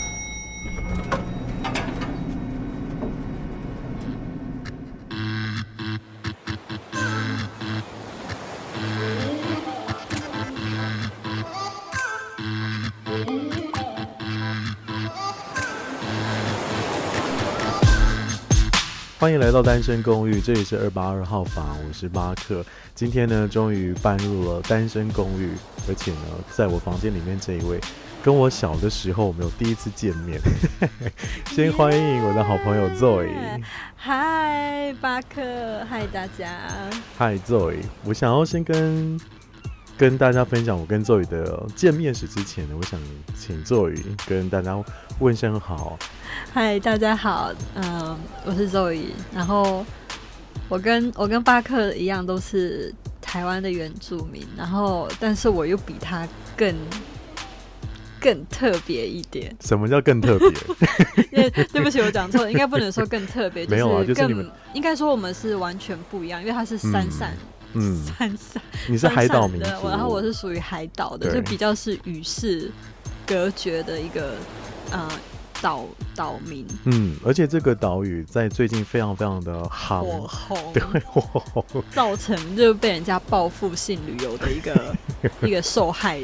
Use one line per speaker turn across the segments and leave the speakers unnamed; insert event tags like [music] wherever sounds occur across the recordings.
欢迎来到单身公寓，这里是二八二号房，我是巴克。今天呢，终于搬入了单身公寓，而且呢，在我房间里面这一位，跟我小的时候我们有第一次见
[laughs]
面。先欢迎我的好朋友 Zoe，
嗨，巴克，嗨大家，
嗨 Zoe，我想要先跟跟大家分享我跟 Zoe 的见面史之前呢，我想请 Zoe 跟大家问声好。
嗨大家好，嗯、我是周怡，然后我跟我跟巴克一样都是台湾的原住民，然后但是我又比他更更特别一点，
什么叫更特
[laughs]
别？
因为对不起，我讲错，了，应该不能说更特别，
[laughs] 没有啊
是
就是
更
你们
应该说我们是完全不一样，因为他是山上。
嗯，
山上，
你是海岛
山
民
上的
族，
我然后我是属于海岛的，
对
就比较是与世隔绝的一个呃岛岛民
嗯，而且这个岛屿在最近非常非常的
火
夯，
红，
对， [laughs] 火红，
造成就被人家报复性旅游的一
[laughs]
个一个受害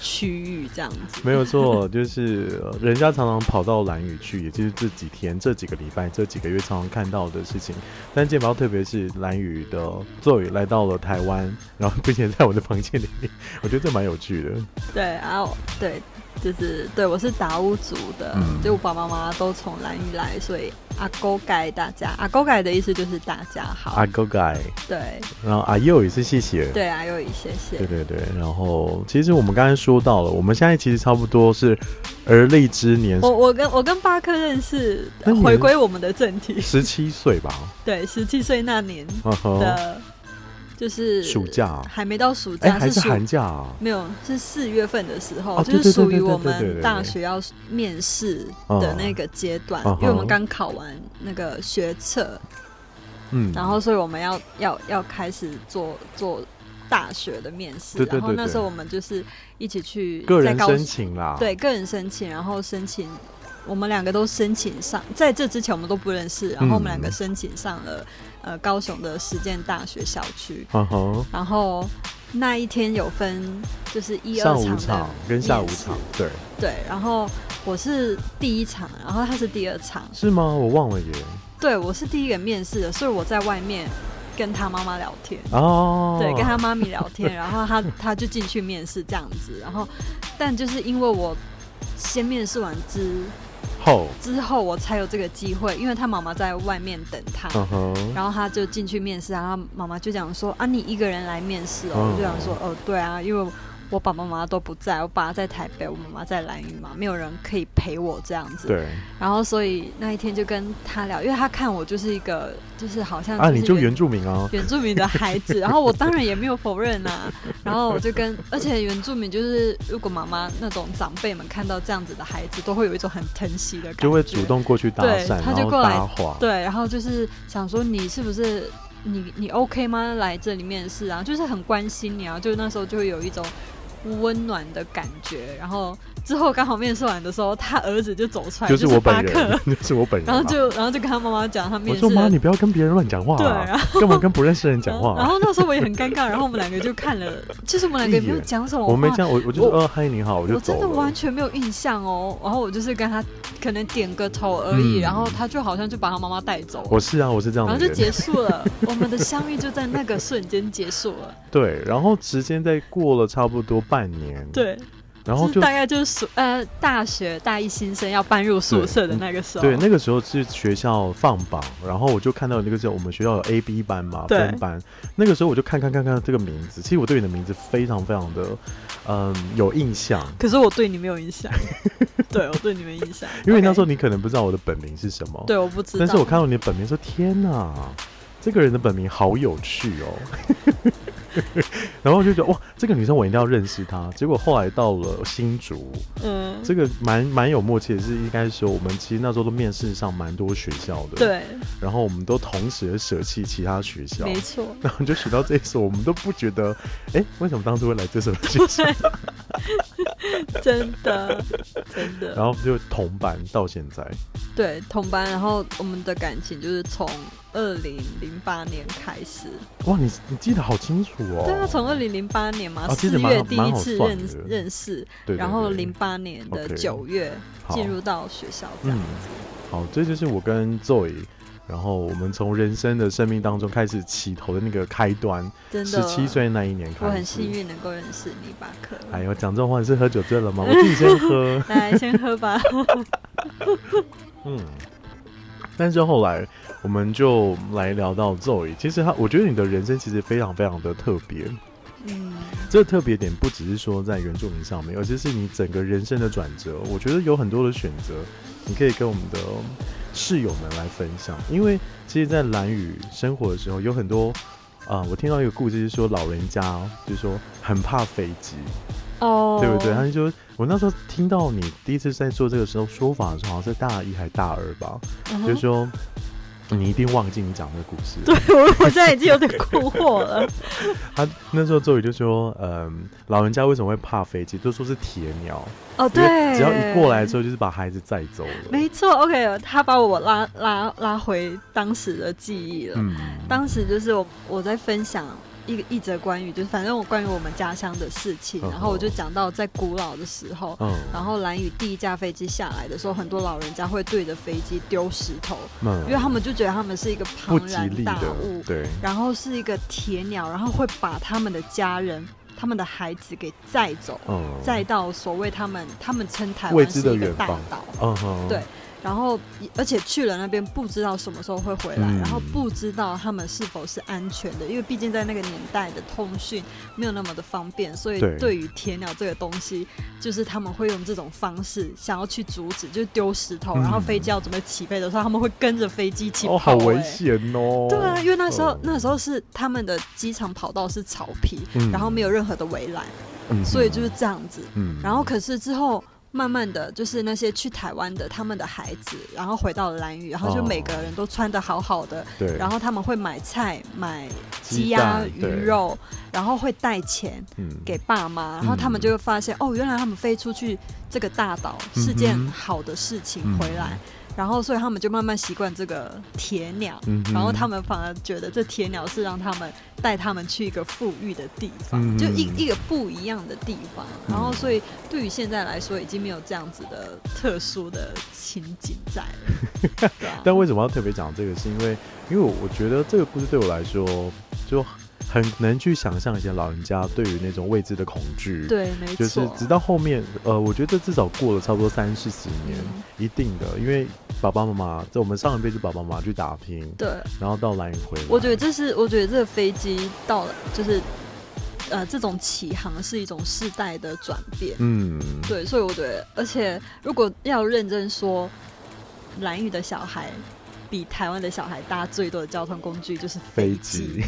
区域这样子。
没有错，就是呃人家常常跑到蓝屿去，也就是这几天、这几个礼拜、这几个月常常看到的事情。但健宝特别是蓝屿的座宇来到了台湾，然后并且在我的房间里面，我觉得这蛮有趣的。
对，然后对，就是对我是达悟族的，
嗯
就我爸爸妈妈都从兰屿来，所以阿勾盖大家，阿勾盖的意思就是大家好，
阿哥盖，
对
然后阿佑也是谢谢。
对啊，有一些谢
对对对，然后其实我们刚才说到了，我们现在其实差不多是而立之年
我我跟我跟巴克认识
那你，们
回归我们的正题，
十七岁吧，
对，十七岁那年
嗯哼，
的，就是
暑假
还没到暑
哎、
假，
还是
暑
寒假、啊，
没有，是四月份的时候，
哦
就是
对对对
属于
对对
我
对对对
们
对哦
大学要面试的那个阶段
嗯，
因为我们刚考完那个学测，
嗯，
然后所以我们要要要开始做做大学的面试
对，对
然后
对
那
对
时候我们就是一起去
个人
在高
申请啦，
对，个人申请，然后申请，我们两个都申请上，在这之前我们都不认识，然后我们两个
嗯
申请上了、呃高雄的实践大学校区，
嗯哼，
然后那一天有分就是一二
上午
场
场
的
跟下午
面试
场，对，
对，然后我是第一场，然后他是第二场，
是吗？我忘了耶，
对我是第一个面试的，所以我在外面跟他妈妈聊天。
哦，
对，跟他妈咪聊天，然后他他就进去面试这样子，然后但就是因为我先面试完之
后，
之后我才有这个机会，因为他妈妈在外面等他，
嗯哼，
然后他就进去面试，然后妈妈就讲说啊，你一个人来面试哦，
嗯
我就想说哦，对啊，因为我爸爸妈妈都不在，我爸在台北，我妈妈在兰屿嘛，没有人可以陪我这样子，
对，
然后所以那一天就跟他聊，因为他看我就是一个嗯就是好像
啊，你就是原住民啊，
原住民的孩子，然后我当然也没有否认啊。然后我就跟，而且原住民就是，如果妈妈那种长辈们看到这样子的孩子，都会有一种很疼惜的感觉，
就会主动过去搭
对
讪，
他
然
就
后
过来
搭话，
对，然后就是想说你是不是你你 OK 吗？来这里面试啊，就是很关心你啊，就那时候就会有一种温暖的感觉。然后之后刚好面试完的时候，他儿子就走出来，
就
就是
我本
巴克
人，， [laughs] 就是我本人啊，
然后就然后就跟他妈妈讲他面
我
试
说
的
妈，你不要跟别人乱讲话
对
啊
然，
根本跟不认识人讲话
嗯然后然
啊。
后那时候我也很尴尬，然后我们两个就看
[laughs]
了，其实我们两个也没有讲什么话，
我没这样，我我就是
我
呃嗨你好，我就
我真
走
的完
了。
全没有印象哦。然后我就是跟他可能点个头而已，
嗯
然后他就好像就把他妈妈带走
我
了，
是啊，我是这样
然
的
后
人。
就结束
[laughs]
了。我们的相遇就在那个瞬间结束了。
对，然后时间再过了差不多半年，，
对，
然后
就是
就
大概就是暑呃大学大一新生要搬入宿舍的那个时候。
对那个时候是学校放榜，然后我就看到那个时候我们学校有 A、B 班嘛，
对
分班，那个时候我就看看看看这个名字，其实我对你的名字非常非常的嗯有印象，
可是我对你没有印
[laughs]
象，对我对你没印象，
因为那时候
OK
你可能不知道我的本名是什么，，
对我不知道。
但是我看到你的本名说天哪，这个人的本名好有趣哦， [laughs] 然后我就觉得哇，这个女生我一定要认识她。结果后来到了新竹，
嗯，
这个蛮蛮有默契的，是应该说我们其实那时候都面试上蛮多学校的，，
对，
然后我们都同时舍弃其他学校，
没错，
[laughs] 然后就选到这一所，我们都不觉得，哎，为什么当初会来这所
[laughs]
学校？
真的，真的。
然后就同班到现在，
对，同班，然后我们的感情就是从二零零八年开始。
哇，你你记得好清楚哦，
对啊，从二零零八年嘛，
啊其
四、
实蛮
月
好
第
蛮
一
好
次
算
认
的
认识，
对对
然后
对
零八年的
OK
九月
好
进入到学校这样
嗯
子。
好，这就是我跟 Zoe，然后我们从人生的生命当中开始起头的那个开端，
真
十
的，
七岁那一年开始。
我很幸。运能够认识你巴克。。
哎呦，讲这种话你是喝酒醉了吗？我自己先喝
来，先喝
[laughs]
吧。
嗯。但是后来我们就来聊到 Zoe，其实他，我觉得你的人生其实非常非常的特别。
嗯，
这个特别点不只是说在原住民上面，而且是你整个人生的转折。我觉得有很多的选择，你可以跟我们的室友们来分享。因为其实，在蓝屿生活的时候，有很多啊、我听到一个故事是说，老人家就是说很怕飞机，
哦，
对不对？他就说，我那时候听到你第一次在做这个时候说法的时候，好像是大一还大二吧，
嗯哼
就是说你一定忘记你讲这个故事。
对 [laughs] 我，我现在已经有点困惑
[laughs]
了。
他那时候周宇就说，嗯、老人家为什么会怕飞机？就说是铁鸟。
哦，
因
对，
为只要一过来之后，就是把孩子载走了。
没错，OK，他把我拉拉拉回当时的记忆了。
嗯，
当时就是我我在分享一个一则关于，就是反正我关于我们家乡的事情，
嗯哼
然后我就讲到在古老的时候，
嗯，
然后蓝雨第一架飞机下来的时候，很多老人家会对着飞机丢石头，
嗯，
因为他们就觉得他们是一个
不
庞
吉
然
利
大
的
物，，
对，
然后是一个铁鸟，然后会把他们的家人、他们的孩子给载走，
嗯，
载到所谓他们他们称台
未
湾是
知
一
的
个
远
大
方
岛。
嗯哼，
对然后，而且去了那边不知道什么时候会回来，
嗯
然后不知道他们是否是安全的，因为毕竟在那个年代的通讯没有那么的方便，所以
对
对于铁鸟这个东西，就是他们会用这种方式想要去阻止，就是丢石头，
嗯
然后飞机要准备起飞的时候，他们会跟着飞机起跑、
哦，好
欸
危险哦。
对啊，因为那时候、
嗯
那时候是他们的机场跑道是草皮，
嗯
然后没有任何的围栏，
嗯
所以就是这样子。
嗯
然后可是之后慢慢的就是那些去台湾的他们的孩子，然后回到了兰屿，然后就
哦
每个人都穿的好好的，
对，
然后他们会买菜、买鸡
鸡
鸭、
蛋
鱼
对
肉，然后会带钱
嗯
给爸妈，然后他们就会发现、哦，原来他们飞出去这个大岛是件
嗯哼
好的事情，
嗯
回来。然后，所以他们就慢慢习惯这个铁鸟，
嗯哼
然后他们反而觉得这铁鸟是让他们带他们去一个富裕的地方，
嗯
就一一个不一样的地方。然后，所以对于现在来说，已经没有这样子的特殊的情景在了。
[laughs]
对啊
但为什么要特别讲这个？是因为，因为我我觉得这个故事对我来说，就很能去想象一些老人家对于那种未知的恐惧。。
对，没错，
就是直到后面，呃，我觉得至少过了差不多三四十年，
嗯
一定的，因为爸爸妈妈在我们上一辈是爸爸妈妈去打拼，
对，
然后到蓝屿回来，
我觉得这是，我觉得这个飞机到了，就是呃，这种起航是一种世代的转变。
嗯，
对，所以我觉得，而且如果要认真说，蓝屿的小孩比台湾的小孩搭最多的交通工具就是
飞
机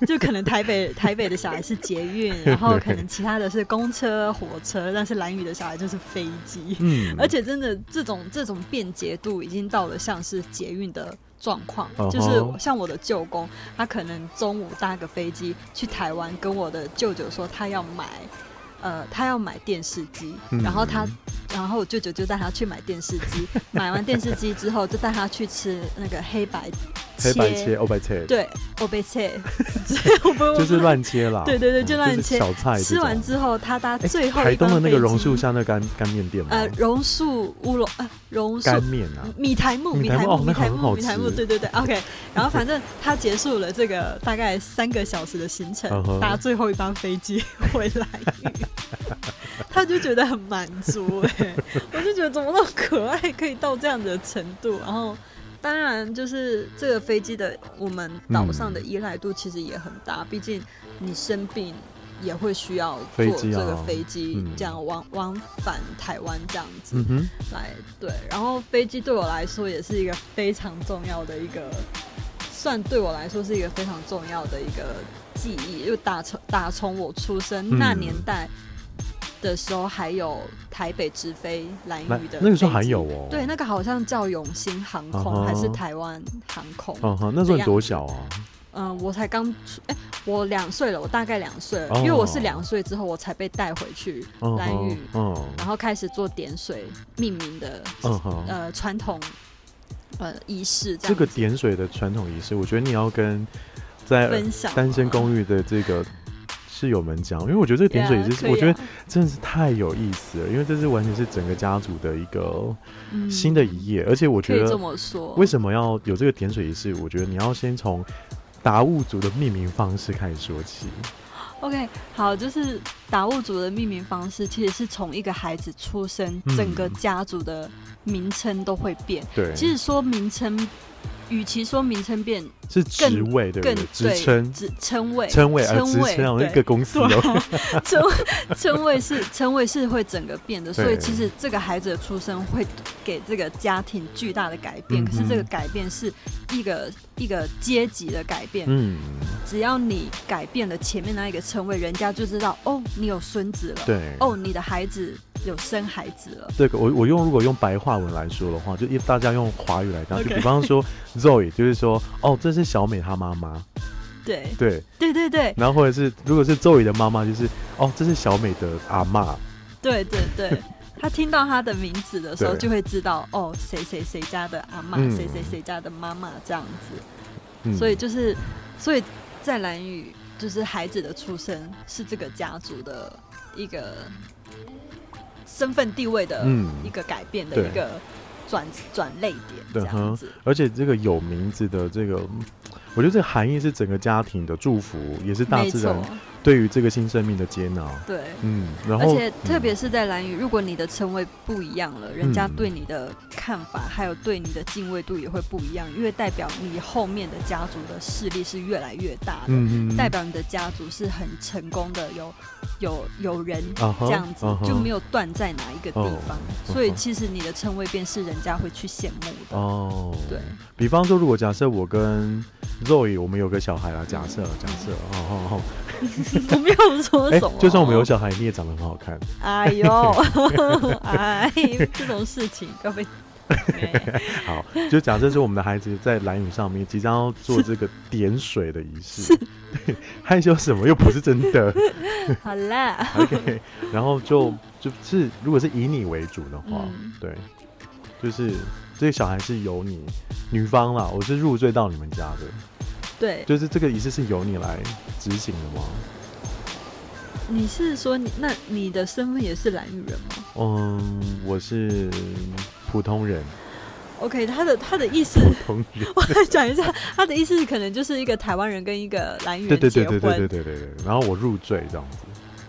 机，，
就可能台北台北的小孩是捷运，然后可能其他的是公车、火车，但是蓝屿的小孩就是飞机。
嗯，
而且真的这种这种便捷度已经到了像是捷运的状况
嗯哼
就是像我的舅公，他可能中午搭个飞机去台湾，跟我的舅舅说他要买。呃，他要买电视机，
嗯
然后他，然后我舅舅就带他去买电视机，买完电视机之后，就带他去吃那个黑白
黑白切、欧白切，
对，我被切，
[laughs]
我不
就是乱切
[laughs]
啦，
对对对
嗯
就乱切
是小菜这种。
吃完之后，他搭
哎
最后一
台东的
班
那个
飞
榕
机
树下那干干面店嘛，
呃，榕树乌龙，呃，榕树嗯
干面啊，
米苔木，
米
米
苔
苔
木哦
木，
那
米
个
苔
很好
木，米苔木，
吃
对对对，OK。然后反正他结束了这个大概三个小时的行
嗯
程，
哼
搭最后一班飞机回来，他就觉得很满足哎、我就觉得怎么那么可爱，可以到这样的程度。然后当然就是这个飞机的我们岛上的依赖度其实也很大，毕竟你生病。也会需要坐
飞机
这
啊
个飞机
嗯，
这样往往返台湾这样子。
嗯哼，
来对，然后飞机对我来说也是一个非常重要的一个，算对我来说是一个非常重要的一个记忆，就打从打从我出生、
嗯
那年代的时候，还有台北直飞蓝
那
屿的
那个时候
飞
还
机
有哦，
对，那个好像叫永兴航空、
啊哈
还是台湾航空？嗯、
嗯哼，那时候你多小啊？
我才刚出，哎、我两岁了，我大概两岁了、
哦
因为我是两岁之后我才被带回去
嗯
蓝屿、
哼，嗯
然后开始做点水命名的、
嗯哼，
呃传统呃仪式这样
这个
子
点水的传统仪式，我觉得你要跟在
分享
单身
嘛
公寓的这个室友们讲，因为我觉得这个点水仪
Yeah，
式，
可以
我觉得
啊
真的是太有意思了，因为这是完全是整个家族的一个
嗯
新的一页，而且我
可
觉
以这
得
么说，
为什么要有这个点水仪式，我觉得你要先从达悟族的命名方式开始说起。
OK，好，就是达悟族的命名方式，其实是从一个孩子出生，
嗯
整个家族的名称都会变。
对，
其实说名称，与其说名称变，
是职
更
位对不
更
对？职
对
称。
职称谓、
称谓，呃，
称
职
谓
称啊，
对
一个公司哦，
称 [laughs] 称谓是称谓是会整个变的，所以
对
其实这个孩子的出生会给这个家庭巨大的改变，
嗯哼
可是这个改变是一个一个阶级的改变，
嗯，
只要你改变了前面那一个称谓，人家就知道哦，你有孙子了，
对，
哦，你的孩子有生孩子了，
这个我我用如果用白话文来说的话，就一大家用华语来讲，就
OK
比
[laughs]
方说 Zoe 就是说，哦，这是小美她妈妈，
对
对，
对对对
然后或者是如果是 Zoe 的妈妈，就是哦，这是小美的阿嬷，
对对
[laughs]
对。他听到他的名字的时候，
对
就会知道哦，谁谁谁家的阿妈，
嗯
谁谁谁家的妈妈这样子。
嗯，
所以就是，所以在蓝屿，就是孩子的出生是这个家族的一个身份地位的
嗯
一个改变的
对
一个转转类点这
嗯哼
样子。
而且这个有名字的这个，嗯我觉得这个含义是整个家庭的祝福，也是大
没
自
错
然，对于这个新生命的接纳，
对。
嗯，然
而
后
且特别是在蓝屿，如果你的称谓不一样了，人
嗯
家对你的看法还有对你的敬畏度也会不一样，因为代表你后面的家族的势力是越来越大的，
嗯，嗯嗯
代表你的家族是很成功的，有有有人
啊哈
这样子、
啊哈
就没有断在哪一个地方，
哦
所以其实你的称谓便是人家会去羡慕的。
哦，
对，
比方说，如果假设我跟 Zoe 我们有个小孩啦，啊假设假设，哦哦哦，
我没有说
哎、
什么，
就算我们有，小孩，你也长得很好看，
哎呦，
[laughs]
哎，这种事情要被。
好，就假设说我们的孩子在蓝雨上面即将要做这个点水的仪式，对， [laughs] 害羞什么又不是真的 [laughs]
好啦。
，OK，然后就就是如果是以你为主的话，
嗯
对，就是这个小孩是由你女方啦，我是入赘到你们家的，
对，
就是这个仪式是由你来执行的吗？
你是说你那你的身份也是蓝屿人吗
嗯，我是普通人，
？OK，他的他的意思，
普通人。
我来讲一下，他的意思可能就是一个台湾人跟一个蓝屿
对
人
对
结
对
婚，
对对对对对对，然后我入赘这样子。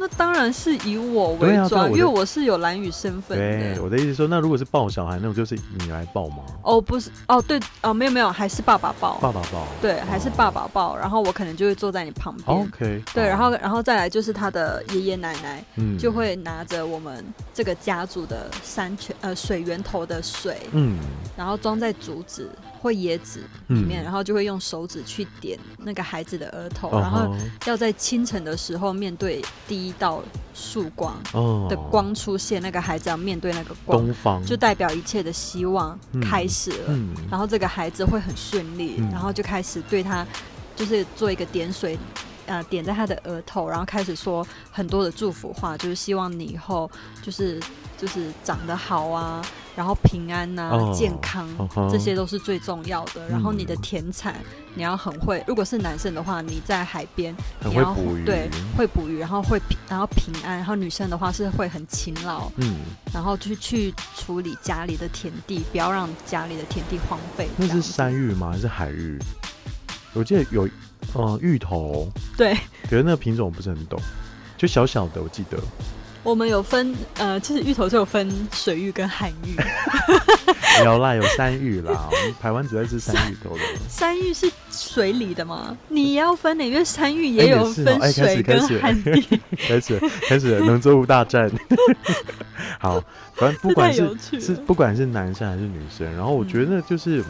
那当然是以我为
对啊对啊
主啊
我
因
的
为我是有蓝屿身份
对，
的。
我的意思是说，那如果是抱小孩，那我就是你来抱吗？
哦，不是，哦对，哦没有没有，还是爸爸抱，
爸爸抱。
对，还是爸爸抱，然后我可能就会坐在你旁边。
哦。OK。
对，
好
然后然后再来就是他的爷爷奶奶
嗯
就会拿着我们这个家族的山泉呃水源头的水，
嗯
然后装在竹子或椰子里面，然后就会用手指去点那个孩子的额头，
哦
然后要在清晨的时候面对第一道曙光
哦
的光出现，那个孩子要面对那个光，
东方
就代表一切的希望
嗯
开始了。
嗯
然后这个孩子会很顺利，
嗯
然后就开始对他就是做一个点水，呃，点在他的额头，然后开始说很多的祝福话，就是希望你以后就是就是长得好啊，然后平安呐、
哦
健康
嗯哼
这些都是最重要的。然后你的田产你要很会，如果是男生的话，你在海边
很
你
会
要
捕鱼。
对会捕鱼，然后会平然后平安，然后女生的话是会很勤劳，
嗯，
然后去去处理家里的田地，不要让家里的田地荒废。
那
这
是
样子
山芋吗？还是海芋？我记得有，嗯，芋头，
对，
可是那个品种我不是很懂，就小小的，我记得。
我们有分呃，其实芋头就有分水芋跟海
[laughs]
芋，
有啦，有山芋啦，我们台湾主要是山芋头的。
山芋是水里的吗？你也要分呢、因为山芋也
哎也
有
是哦
分
哎开始
水跟
开始
海芋，
开始开始龙舟大战， [laughs] 好， [laughs] 反正不管
这太
是
有趣了嗯
是不管是男生还是女生，然后我觉得就是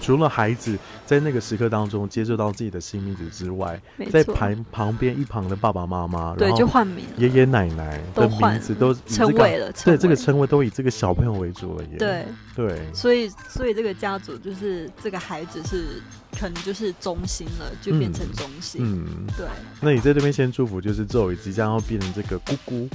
除了孩子在那个时刻当中接受到自己的新名字之外，
没
在
错，
旁旁边一旁的爸爸妈妈，
对，
然
就
后
换名了
爷爷奶奶的
都换
名字都以这
称
个
谓了，称
对这个
谓
称谓都以这个小朋友为主了耶。
对，
对，
所以所以这个家族就是这个孩子是可能就是中心了，就变成中心。
嗯，
对，
那你在这边先祝福，就是 Zoe 即将要变成这个姑姑，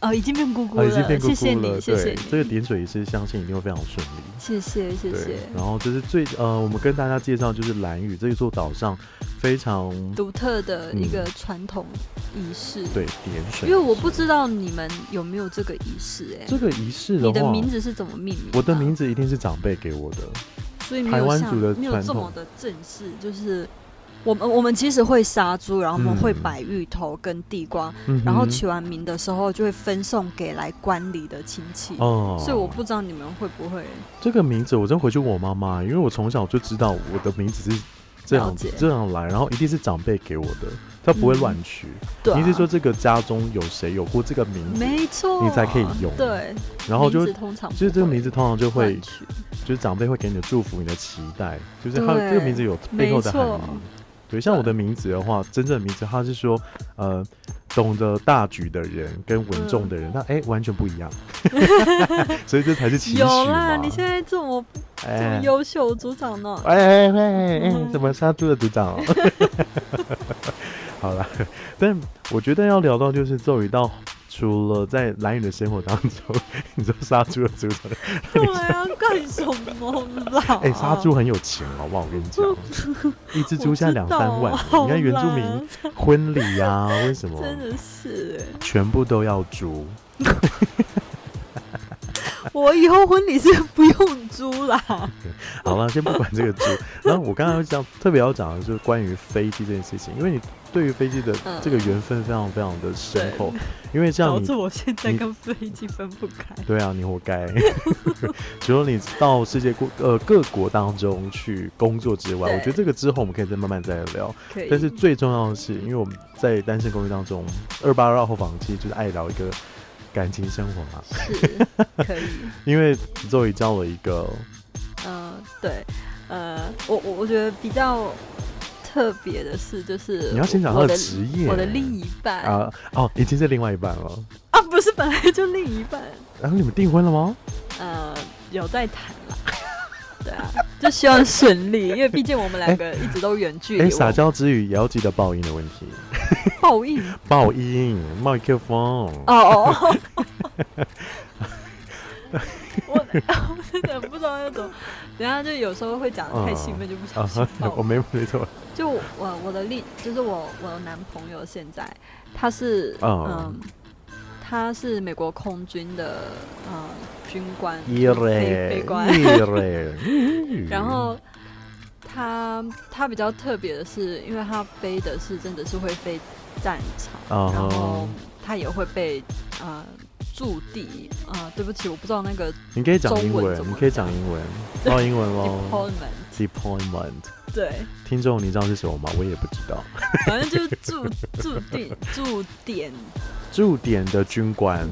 哦，已经变姑姑
啊，
了，
已经变姑
谢谢
姑了。
你，谢谢
对，这个
你，
点水仪式相信一定会非常顺利。
谢谢谢
对
谢，，
然后这是最呃，我们跟大家介绍就是蓝屿这一座岛上非常
独特的一个传统仪式。
嗯对点水，
因为我不知道你们有没有这个仪式、哎，
这个仪式
你
的
的
话，
名字是怎么命名？
我的名，字一定是长辈给我的，
所以没
台
有
湾
像
族的
没有
传
这么
统
的正式，就是。我们我们其实会杀猪，然后我们
嗯
会摆芋头跟地瓜，
嗯哼
然后取完名的时候就会分送给来观礼的亲戚。
哦，
所以我不知道你们会不会
这个名字，我真回去问我妈妈，因为我从小就知道我的名字是这
了
样
解
这样来，然后一定是长辈给我的，他不会乱取。
对、啊，
你是说这个家中有谁有过这个名字，
没错，
你才可以用
对，
然后就
名字通常
就是这个名
字
字通常就会
取，
就是长辈会给你的祝福，你的期待，就是他
对
这个名字有背后的含
没
义
错。
对，像我的名字的话，真正的名字他是说，呃，懂得大局的人跟稳重的
嗯
人，那哎、完全不一
[laughs]
样，所以这才是期许
有啦，
嘛。
你现在这么这么
哎
优秀，组长
[laughs]
呢？
哎哎哎哎
嗯，
怎么杀猪的
[laughs]
组长、哦？好了，但我觉得要聊到就是咒语到。除了在蓝雨的生活当中， [laughs] 你说杀猪的组长，
对啊，干什么啦？
[laughs] 哎、杀
啊
猪很有钱，好不好？我跟你讲，
[laughs]
一只猪现在两三万，
我知道啊
你看原住
好
民婚礼啊，为什么
真的是哎，
全部都要猪？
我以后婚礼是不用猪
[laughs]
啦。
好了，先不管这个
[laughs]
猪。然后我刚刚讲特别要讲的就是关于飞机这件事情，因为你对于飞机的
嗯
这个缘分非常非常的深
对
厚，因为像
导
你
致我现在
你
跟飞机分不开。
对啊，你活该。 [laughs] 除了你到世界各呃各国当中去工作之外，
对
我觉得这个之后我们可以再慢慢再聊。
可以，
但是最重要的是，因为我们在单身公寓当中，二八二号房其实就是爱聊一个感情生活嘛。
是可以。
因为周瑜交了一个，
呃，对，呃，我我我觉得比较特别的是，就是
你要先讲
我
他
的
职业，
我的另一半啊
啊哦，已经是另外一半了。
不是本来就另一半，
然后你们订婚了吗？
呃，有在谈啦，
[laughs]
对啊，就希望顺利，因为毕竟我们两个一直都远距离，
哎，
嗯我
撒娇之余也要记得爆音的问题，
报应
[laughs] 爆音麦克风。
哦哦。哦
[laughs]
我 [laughs] 我真的不知道要怎么，等一下就有时候会讲得太兴奋，就不小
啊
心
哈，
爆
我没没错，
就我我的另就是我我的男朋友现在他是
哦
嗯，他是美国空军的呃军官，
[laughs] 一
飞
嘞
飞官，
一嘞
[laughs] 然后他他比较特别的是，因为他飞的是真的是会飞战场，
哦
然后他也会被呃驻地呃，对不起，我不知道那个
你可以讲英
中文
文
怎，么
你可以讲英文，报英文喽。
deployment，
Deployment，
对，
听众你知道是什么吗？我也不知道。
反正就是驻驻地驻点
驻点的军官，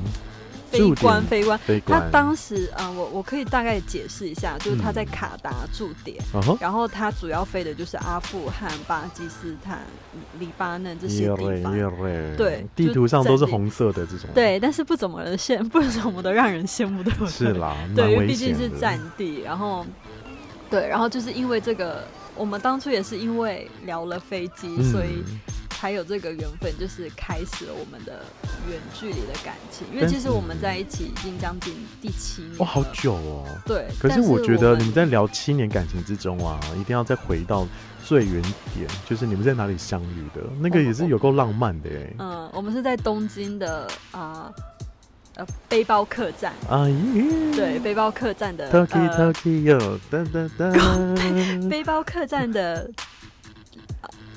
飞
驻
官
点
飞官。
飞
他
官。
当时，呃，我我可以大概解释一下，就是他在
嗯
卡达驻点，
嗯哼
然后他主要飞的就是阿富汗、巴基斯坦、黎巴嫩这些地方。
嘞
对就
地图上都是
占领
红色的这种。，
对，但是不怎么的羡， [laughs] 不怎么的让人羡慕，对不对？
[laughs] 是啦，蛮
对，因为
危
毕竟
险
是
的
战地，然后对，然后就是因为这个，我们当初也是因为聊了飞机，
嗯
所以才有这个缘分，就是开始了我们的远距离的感情。因为
但
其实我们
是
在一起已经将近第七年了，
哇，好久哦。
对，
可
但
是
是
我觉得
们
你们在聊七年感情之中啊，一定要再回到最原点，就是你们在哪里相遇的，那个也是有够浪漫的哎。
嗯，我们是在东京的啊呃背包客栈，
啊耶！
对，背包客栈的
Turkey
呃
Turkey 哟，噔噔
[laughs]
噔
背包客栈的呃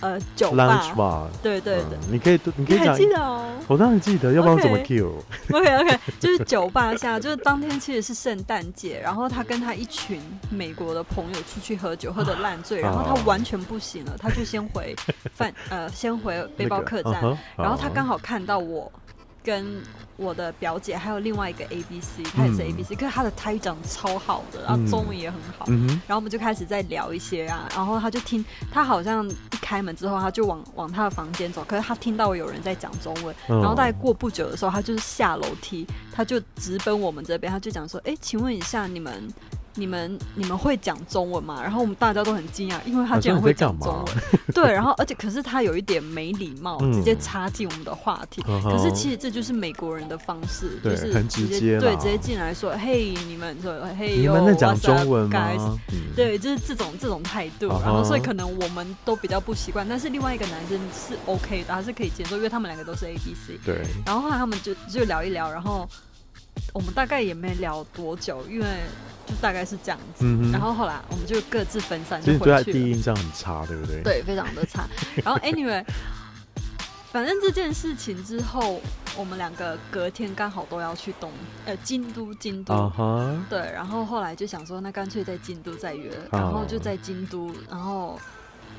呃酒
，Lunch
吧，
Bar，
对对对
嗯，，你可以多，你可
你
以
还
讲，
记得哦
我当然记得，要不然我怎么
OK
cue？
？OK
[laughs]
OK，就是酒吧下，就是当天其实是圣诞节，然后他跟他一群美国的朋友出去喝酒，喝的烂醉，然后他
啊
完全不行了，
[laughs]
他就先回饭呃先回背包客
那个
栈，
嗯哼
然后他
好
刚好看到我。跟我的表姐还有另外一个 A B C，她也是
嗯
A B C，、可是她的台语讲得超好的，然后
嗯
中文也很好。
嗯哼，
然后我们就开始在聊一些啊，然后他就听，他好像一开门之后，他就往往他的房间走，可是他听到有人在讲中文，
嗯
然后大概过不久的时候，他就是下楼梯，他就直奔我们这边，他就讲说：“哎、请问一下，你们、你们、你们会讲中文吗？”然后我们大家都很惊讶，因为他
好
竟然
像
会
在
讲
干
中
嘛
文。？对，然后而且可是他有一点没礼貌，
[laughs] 嗯
直接插进我们的话
哦
题。可是其实这就是美国人的方式，
对
就是
很直接啦
对，直接进来说：“嘿，你们说，嘿，
你们在讲
yo，what's up，
中文
guys？”
吗？嗯，
对，就是这种这种态度
啊哈
然后所以可能我们都比较不习惯，但是另外一个男生是 OK 的，他是可以接受，因为他们两个都是 A B C，
对，
然后后来他们就就聊一聊，然后我们大概也没聊多久，因为就大概是这样子。
嗯哼
然后后来我们就各自分散，
其
就
实你
回
对他
去
第
了。
一印象很差，对不对？，
对，非常的差。
[laughs]
然后 anyway，反正这件事情之后，我们两个隔天刚好都要去东呃京都京都。
啊哈，
对，然后后来就想说，那干脆在京都再约，然后就在京都，然后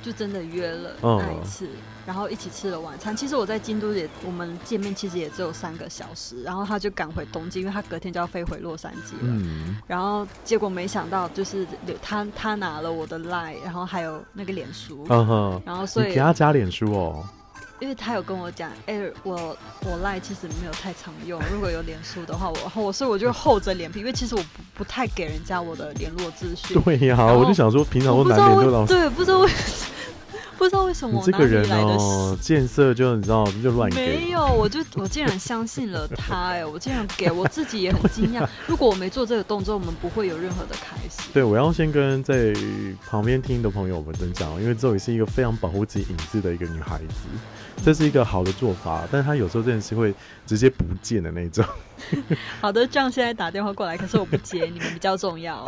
就真的约了
哦
那一次，然后一起吃了晚餐。其实我在京都也，我们见面其实也只有三个小时，然后他就赶回东京，因为他隔天就要飞回洛杉矶了。
嗯，
然后结果没想到，就是他他拿了我的 line，然后还有那个脸书，
啊哈，
然后所
你
以
给他加脸书哦，
因为他有跟我讲，哎、我我赖其实没有太常用，如果有脸书的话，我我所以我就厚着脸皮，因为其实我不不太给人家我的联络资讯，
对呀，
后
我就想说，平常
我不
都
知
难
道
免就
为
老
对，不知道为不知道为什么
你
我
这
哪
个
里
人
来的
哦，见色就你知道就乱
没
给，
有，我就我竟然相信了他、哎，我竟然给我自己也很惊
[laughs]
讶。如果我没做这个动作，我们不会有任何的开始。
对，我要先跟在旁边听的朋友们分享，因为周宇是一个非常保护自己隐私的一个女孩子，这是一个好的做法，但是她有时候真的是会直接不见的
[laughs]
那种。
好的，这样现在打电话过来，可是我不接，你们比较重
[laughs]
要。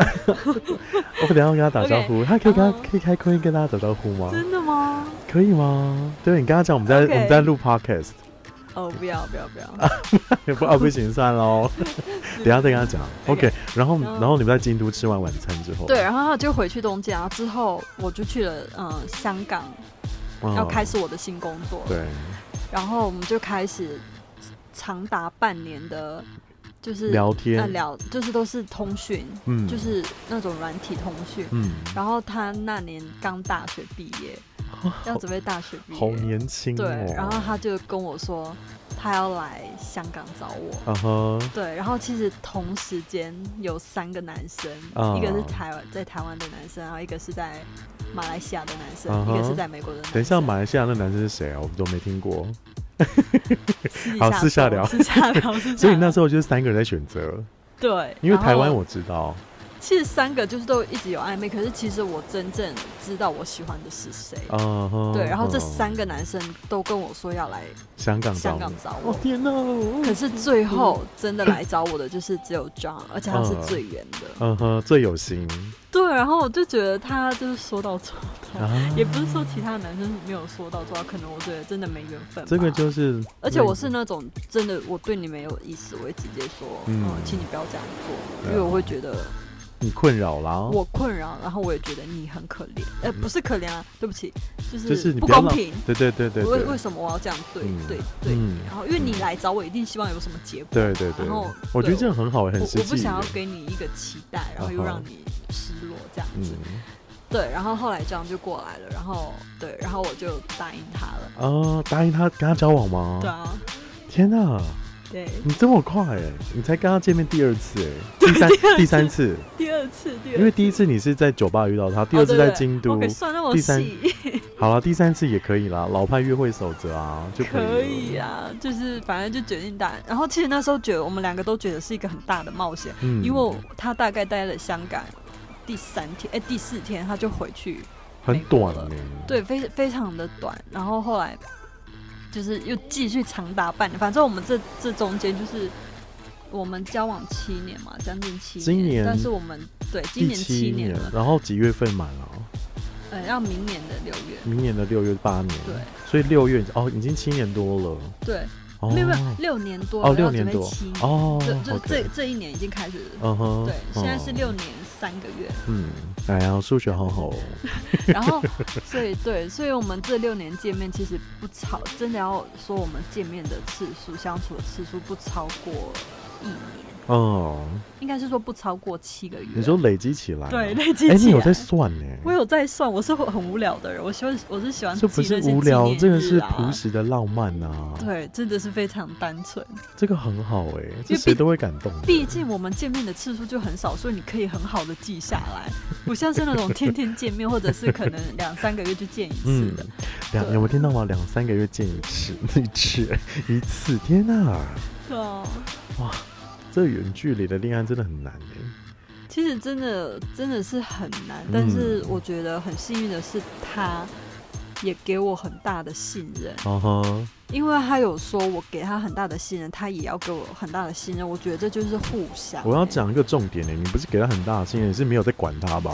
我等一下要跟她打招呼，她可以跟她
哦
可以开口音跟大家打招呼吗？
真的吗？
可以吗？对你刚刚讲我们在
OK
我们在录 podcast，
[laughs] 哦，不要不要不要。
不啊不行算喽，
[laughs]
等一下再跟他讲。
OK
OK，然后
然后
然后你们在京都吃完晚餐之后，
对，然后他就回去东京，然后之后我就去了呃香港，
嗯
要开始我的新工作，
对，
然后我们就开始长达半年的，就是
聊
呃
天，
聊，就是都是通讯，
嗯
就是那种软体通讯。
嗯，
然后他那年刚大学毕业，要准备大学毕业，
哦好年轻
对，
哦。
然后他就跟我说他要来香港找我，
啊哈，
对，然后其实同时间有三个男生，
啊
一个是台湾在台湾的男生，然后一个是在马来西亚的男生
啊哈
一个是在美国的男生。
等一下，马来西亚那男生是谁啊？我们都没听过，
私
好私下
说
聊
私下聊，私下聊
[laughs] 所以那时候就是三个人在选择，
[laughs] 对，
因为台湾
然后
我知道，
其实三个就是都一直有暧昧，可是其实我真正知道我喜欢的是谁。
啊哈，
对，然后这三
嗯
个男生都跟我说要来
香港
香港
找
找
我，
我
哦，天哪！
可是最后真的来找我的就是只有 John，而且他是
嗯
最远的。
嗯哼，最有心
对，然后我就觉得他就是说到做到。
啊，
嗯也不是说其他男生没有说到做到，可能我觉得真的没缘分吧。
这个就是，
而且我是那种真的我对你没有意思，我会直接说，
嗯
嗯，请你不要这样做，
对啊哦
因为我会觉得
你困扰啦，
我困扰，然后我也觉得你很可怜，呃，不是可怜啊，对不起，就
嗯就是
是
你
不
要
公
让
平。
对对对对
为为
对。
什么我要这样对
嗯
对对
嗯
你？然后因为你来找我，一定希望有什么结果嘛。
对对对，
然后
我觉得
对
这样很好，很
我
实
我
际。
不想要给你一个期待，然后又
啊哈
让你失落这样
嗯
子。对，然后后来这样就过来了，然后对，然后我就答应他了。
啊，答应他跟他交往吗？
对啊，
天哪，
对，
你这么快哎、你才跟他见面第二次哎、第三第三次，
第二次，第二次，
因为第一次你是在酒吧遇到他，第二次在京都。
哦对对我可以算那么
第三
细，
好了，第三次也可以啦，老派约会守则啊，就
可
以
以
了。
啊，就是反正就决定打。然后其实那时候觉得我们两个都觉得是一个很大的冒险，
嗯
因为他大概待了香港第三天，哎、第四天他就回去，
很短
美
呢、
国对，非非常的短。然后后来就是又继续长达半年，反正我们这这中间就是。我们交往七年嘛，将近七年，
今年
但是我们对今年
第
七
年
了，
然后几月份满了？
呃，要明年的六月，
明年的六月八年，
对，
所以六月哦，已经七年多了，
对，
哦，
没有没有，六年多了，
哦，
要
六
准
年
备
多
七年，
哦
就，就
OK
这这一年已经开始，
嗯哼，
对，现在是
嗯
六年三个月，
嗯，哎呀，数学好好哦，
然
[laughs]
后，所以对，所以我们这六年见面其实不超，真的要说我们见面的次数、相处的次数不超过一年， [laughs]
哦，
应该是说不超过七个月。
你说累积起来、
对，累积
哎、你
起
有
来
在。算呢、
我有在算，我是很无聊的人，我喜欢我是喜欢
这
记
不是
那些
无
纪
聊，
念
这个
日
是
啊
朴实的浪漫啊，，
对，真的是非常单纯。
这个很好哎、这
毕
谁都会感动的，
毕竟我们见面的次数就很少，所以你可以很好的记下来，不像是那种天天见面，或者是可能两三个月就见一次
嗯
的。，
两有没有听到吗？两三个月见一次，一次一次，天哪、
对啊，
这远距离的恋爱真的很难哎、
其实真的真的是很难
嗯，
但是我觉得很幸运的是，他也给我很大的信任，
哦哈，
因为他有说我给他很大的信任，他也要给我很大的信任。我觉得这就是互相、
我要
欸
讲一个重点呢、你不是给他很大的信任，你是没有在管他吧？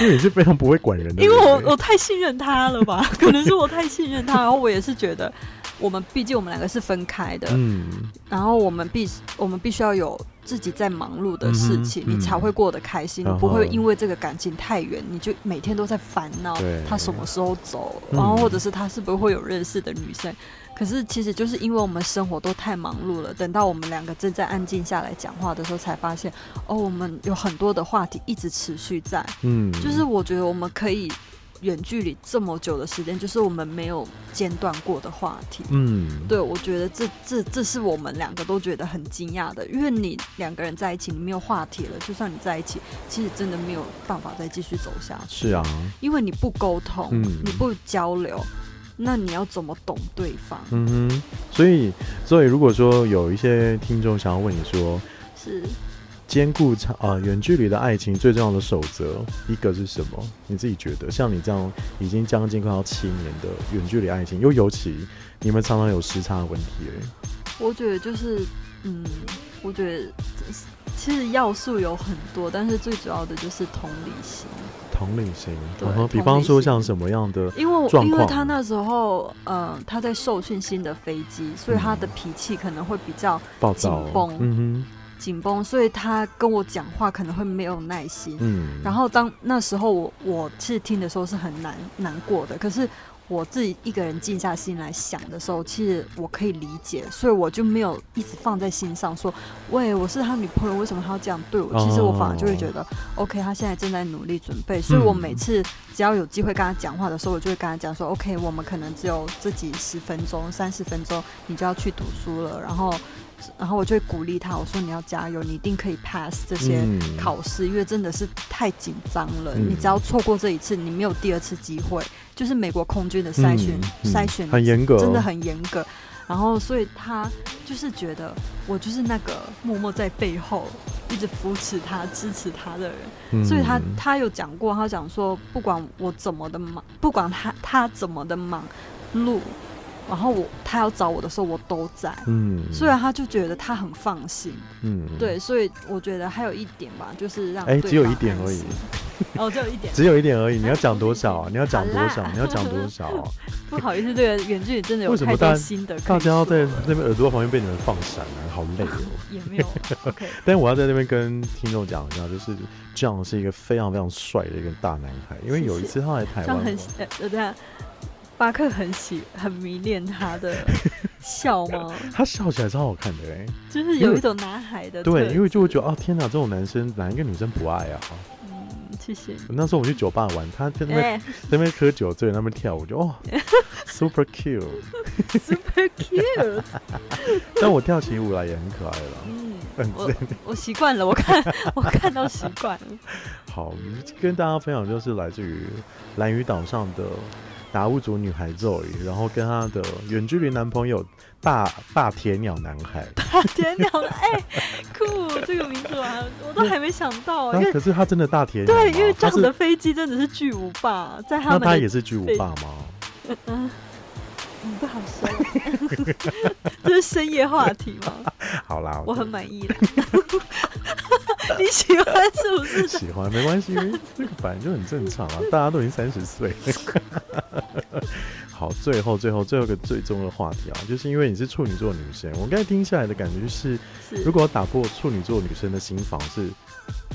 因为你是非常不会管人的
因
人
为
欸、
我我太信任他了吧？ [laughs] 可能是我太信任他，然后我也是觉得，我们毕竟我们两个是分开的，
嗯，
然后我们必我们必须要有自己在忙碌的事情
嗯，哼
你才会过得开心，
嗯
你不会因为这个感情太远，你就每天都在烦恼
对
他什么时候走，
嗯
然后或者是他是不是会有认识的女生。可是其实就是因为我们生活都太忙碌了，等到我们两个真正安静下来讲话的时候，才发现哦，我们有很多的话题一直持续在，
嗯，
就是我觉得我们可以远距离这么久的时间，就是我们没有间断过的话题。
嗯，
对，我觉得这这这是我们两个都觉得很惊讶的，因为你两个人在一起，你没有话题了，就算你在一起，其实真的没有办法再继续走下去，
是啊，
因为你不沟通，
嗯
你不交流，那你要怎么懂对方？
嗯哼，所以所以如果说有一些听众想要问你说，
是
兼顾长啊远距离的爱情最重要的守则，一个是什么？你自己觉得？像你这样已经将近快要七年的远距离爱情，又尤其你们常常有时差的问题、欸，
我觉得就是，嗯，我觉得这是其实要素有很多，但是最主要的就是同理心。
同理心。
对
然后，比
同
方
理
说
心
像什么样的？
因为我
状
因为
况
他那时候，呃，他在受训新的飞机，所以他
嗯
的脾气可能会比较
暴躁
紧绷，
嗯
紧绷，所以他跟我讲话可能会没有耐心
哼，。嗯，
然后当那时候我我是听的时候是很难难过的，可是我自己一个人静下心来想的时候，其实我可以理解，所以我就没有一直放在心上说，喂，我是他女朋友，为什么他要这样对我？其实我反而就会觉得、o k 他现在正在努力准备，所以我每次只要有机会跟他讲话的时候，我就会跟他讲说，OK，我们可能只有自己十分钟、三十分钟，你就要去读书了，然后。然后我就会鼓励他，我说你要加油，你一定可以 pass 这些
嗯
考试，因为真的是太紧张了。
嗯
你只要错过这一次，你没有第二次机会。就是美国空军的筛选，
嗯
筛选
很严格，
真的很严格。然后，所以他就是觉得我就是那个默默在背后一直扶持他、支持他的人。
嗯，
所以他他有讲过，他讲说，不管我怎么的忙，不管他他怎么的忙碌，然后我他要找我的时候，我都在。
嗯，
所以他就觉得他很放心，
嗯，
对，所以我觉得还有一点吧，就是让
哎
对
只有
方
一点而
安心，哦，只有一点，
只有一点而已。你要讲多少啊？你要讲多
好
少？
啦
你要讲多少啊？
不好意思，这个远距离真的有
为什么
太
大
多
家
新的可以
大家要
说
在
了
那边耳朵旁边被你们放闪啊，好累哦。
也没
[laughs]
有 OK，
但我要在这边跟听众讲一下，就是这样是一个非常非常帅的一个大男孩，因为有一次他来台
这
湾
样
玩，
很呃，呃这样巴克很喜很迷恋他
[laughs]
的笑吗？
他笑起来超好看的哎、
就是
因
有
为
一种男孩的
对，因为就会觉
得
得哦天哪，这种男生哪一个女生不爱啊？
嗯，谢谢你，
那时候我去酒吧玩，他在那边、
哎
在那边喝酒醉，在那边跳舞，就哦 super cute，
，super
[laughs]
cute，
但我跳起舞来也很可爱了。
嗯，
嗯
我我习惯了，我看我看到习惯了， [laughs]
好，跟大家分享就是来自于蓝屿岛上的达悟族女孩 Zoe，然后跟她的远距离男朋友大大铁鸟男孩。
天哪，哎，酷，这个名字我还我都还没想到，因
那
为
可是他真的大铁鸟吗，
对，因为这
他
样的
是
飞机真的是巨无霸，在他
那
们
他也
的
是巨无
对
霸吗？
嗯 [laughs] 不好说， [laughs] 这是深夜话题吗？
[laughs] 好啦，
我很满意啦。 [laughs] 你喜欢是不是？
[laughs] 喜欢，没关 [laughs] 系，这个本来就很正常啊，大家都已经三十岁。好，最后最后最后一个最终的话题啊，就是因为你是处女座女生，我刚才听下来的感觉就是，
是
如果要打破处女座女生的心防是，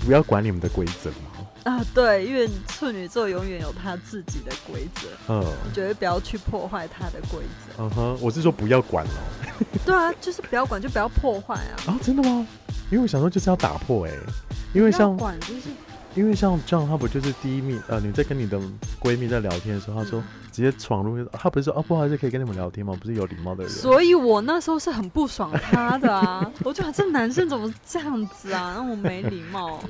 不要管你们的规则嘛，
啊，对，因为处女座永远有他自己的规则，
嗯。
绝对不要去破坏他的规则。
嗯哼，我是说不要管哦。
对啊，就是不要管，就不要破坏啊。
啊，真的吗？因为我想说就是要打破哎、因为
不要
像
管就是
因为像这样，他不就是第一密呃，你在跟你的闺蜜在聊天的时候，
嗯
他说直接闯入，他不是说哦不好意思可以跟你们聊天吗？不是有礼貌的人，
所以我那时候是很不爽他的
[laughs]
啊，我就想这男生怎么这样子啊，让我没礼
[laughs]
貌。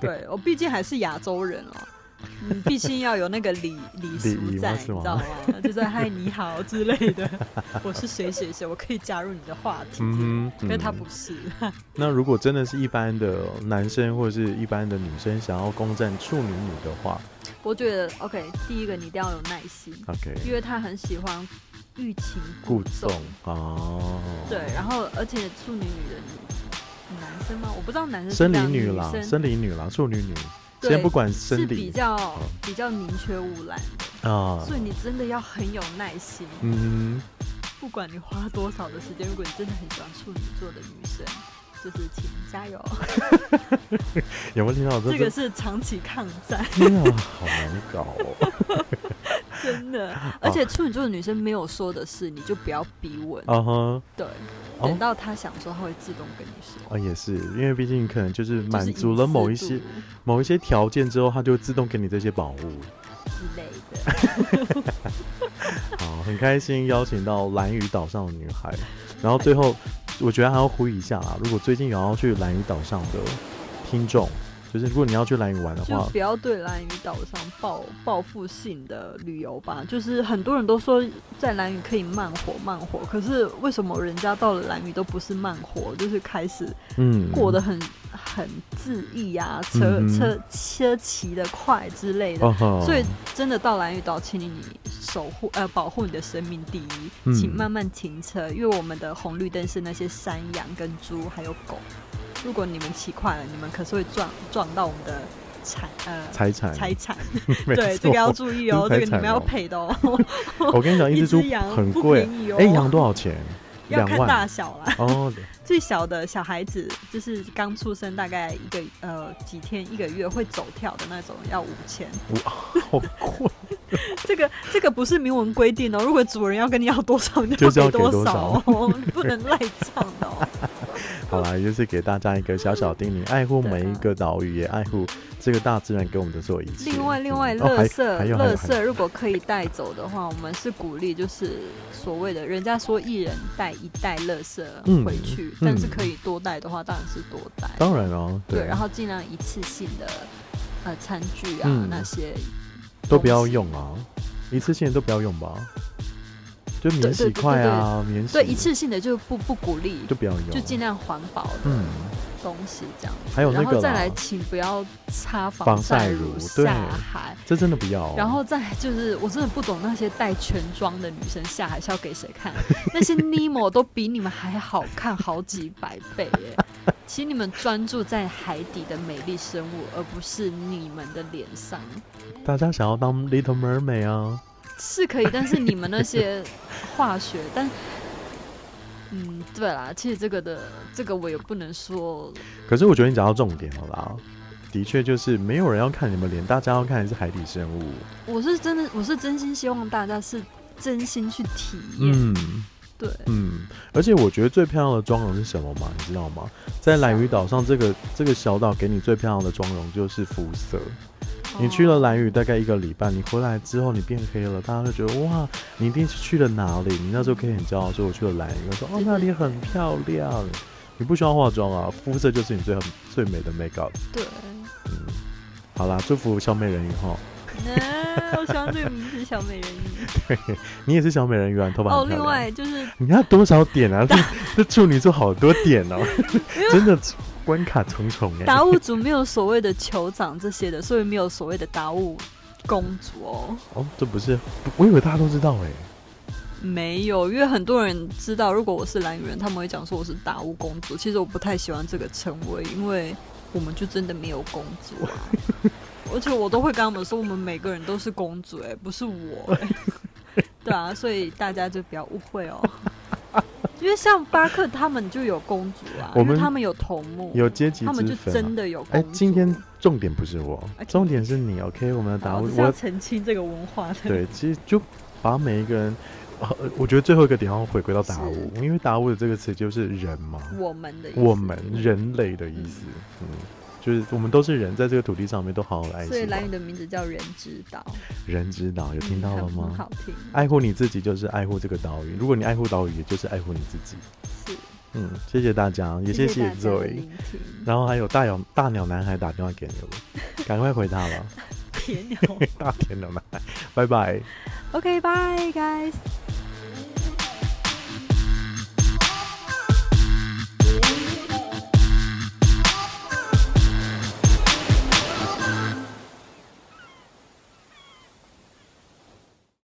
对我毕竟还是亚洲人哦，嗯，毕竟要有那个礼礼俗
礼仪
在，
吗
你
是
知
吗
道吗？就是嗨你好之类
[laughs]
的。我是谁谁谁，我可以加入你的话题，
嗯哼，
但
嗯
他不是。
那如果真的是一般的男生或者是一般的女生想要攻占处女女的话
我觉得 OK，第一个你一定要有耐心，
，OK，
因为他很喜欢欲擒
故
纵
纵。哦，
对，，然后而且处女女的女男生吗？我不知道男生是
生
这
理
样
女啦，
生
生理女啦，处女女，
对
先不管
是
生
比
理
较比较宁缺毋滥的，
啊，
所以你真的要很有耐心。
嗯
不管你花多少的时间，如果你真的很喜欢处女座的女生，就是请加油。
哼，有没有听
[laughs]
到
这个是长期抗战， [laughs]
天啊，好难搞哦！
真的。
啊
而且处女座的女生没有说的事，你就不要逼问。
啊哈，
对，
哦
等到她想说，她会自动跟你说。
啊也是，因为毕竟可能就是
就是
满足了某一些
隐私度
某一些条件之后，它就会自动给你这些宝物。
之类的。
好，很开心邀请到蓝屿岛上的女孩，然后最后我觉得还要呼吁一下啦，如果最近有要去蓝屿岛上的听众，就是如果你要去蓝屿玩的
就
话，
不要对蓝屿岛上报报复性的旅游吧。就是很多人都说在蓝屿可以慢活慢活，可是为什么人家到了蓝屿都不是慢活，就是开始
嗯，
过得很、很恣意啊，车
嗯哼
车车骑的快之类的。
哦吼
所以真的到蓝屿岛，请你你守护呃保护你的生命第一，
嗯
请慢慢停车，因为我们的红绿灯是那些山羊跟猪还有狗，如果你们骑快了，你们可是会撞撞到我们的产呃
财产，
财产，
[laughs] 没
对
错
这个要注意
[laughs]
哦，
这
这个你
是财产
们要
哦
赔的哦，
[laughs] 我跟你讲，一
一
只猪
只羊
很
不
贵
便宜，哦
哎，羊多少钱？
[laughs] 要
两
看大
万
小啦，
哦， [laughs]
最小的小孩子就是刚出生大概一个呃几天一个月会走跳的那种，要五千，
好贵，
这个这个不是明文规定哦，如果主人要跟你要多少，你
就是要
要
给
多
多
少哦， [laughs] 你不能赖账的
[laughs]
哦。
好
[laughs]
啦，也就是给大家一个小小叮咛，爱护每一个岛屿，也爱护这个大自然给我们的所有一切。
另外，另外，
嗯
垃
哦、还
圾，
有还有
垃
还有
圾如果可以带走的话，我们是鼓励，就是所谓的人家说一人带一袋垃圾
嗯
回去，
嗯
但是可以多带的话，当然是多带。
当然哦，
对，然
后
后尽量一次性的呃餐具啊
嗯
那些，
都不要用啊，一次性的都不要用吧，就免洗筷啊，免洗
对，一次性的就不不鼓励，
就不要用，
就尽量环保的
嗯，
东西这样。
还有那
然
个
后
啦
再来，请不要擦
防晒
晒
乳对
下海。
这真的不要哦、
然后再来就是，我真的不懂那些带全妆的女生下海是要给谁看？那些 Nemo 都比你们还好看好几百倍耶！请你们专注在海底的美丽生物，而不是你们的脸上。
大家想要当 Little Mermaid 啊，
是可以，但是你们那些化学，但嗯，对啦，其实这个的这个我也不能说
可是我觉得你讲到重点了啦。的确，就是没有人要看你们脸，大家要看的是海底生物。
我是真的，我是真心希望大家是真心去体验，
嗯，
对，
嗯，而且我觉得最漂亮的妆容是什么吗？你知道吗？在蓝屿岛上这个这个小岛给你最漂亮的妆容就是肤色。你去
哦
了蓝屿大概一个礼拜，你回来之后你变黑了，大家就觉得哇，你一定是去了哪里？你那时候可以很骄傲说我去了蓝屿，我说哦
对
那里
对
很漂亮。你不需要化妆啊，肤色就是你最最美的 make up。 [laughs]
对。
嗯，好啦，祝福小美人鱼哈，
嗯，我喜欢这个名字小美人
[laughs]
鱼。
你也是小美人鱼啊，你头发很
哦，
漂亮
另外就是
你要多少
[laughs]
点啊？这这处女座好多点哦，真的关卡重重哎、
达悟族没有所谓的酋长这些的，所以没有所谓的达悟公主哦，
哦，这不是，我以为大家都知道哎、
没有，因为很多人知道，如果我是蓝雨人，他们会讲说我是达悟公主。其实我不太喜欢这个称谓，因为我们就真的没有公主
[laughs]
啊。
[laughs]
而且我都会跟他们说，我们每个人都是公主、哎，不是我、哎对啊，所以大家就不要误会哦。因为像巴克他们就有公主啊，
我
因为
们
他们有头目，
有阶级
他们
之
就
分、啊
真。的有公
哎，
主。
今天重点不是我
哎，
重点是你。OK，我们的答
好
案
我是要
我
澄清这个文化的。
对，其实就把每一个人，呃，我觉得最后一个点要回归到达悟，因为达悟的这个词就是人嘛，
嗯我嗯们的意思
我们人类的意思，嗯。就是我们都是人，在这个土地上面都好好地爱
所以
惜吧
蓝宇。的名字叫人之岛，
人之岛有听到
嗯
了
很很
吗？哎
好听，
爱护你自己就是爱护这个岛屿，如果你爱护岛屿，也就是爱护你自己。
是
嗯，谢谢大家，也谢
谢大家的
Zoe。
聆听。
然后还有大鸟大鸟男孩打电话给你了，赶快回
[laughs]
他了，
铁鸟
[laughs] 大天鸟男孩，拜拜。
，OK，bye guys。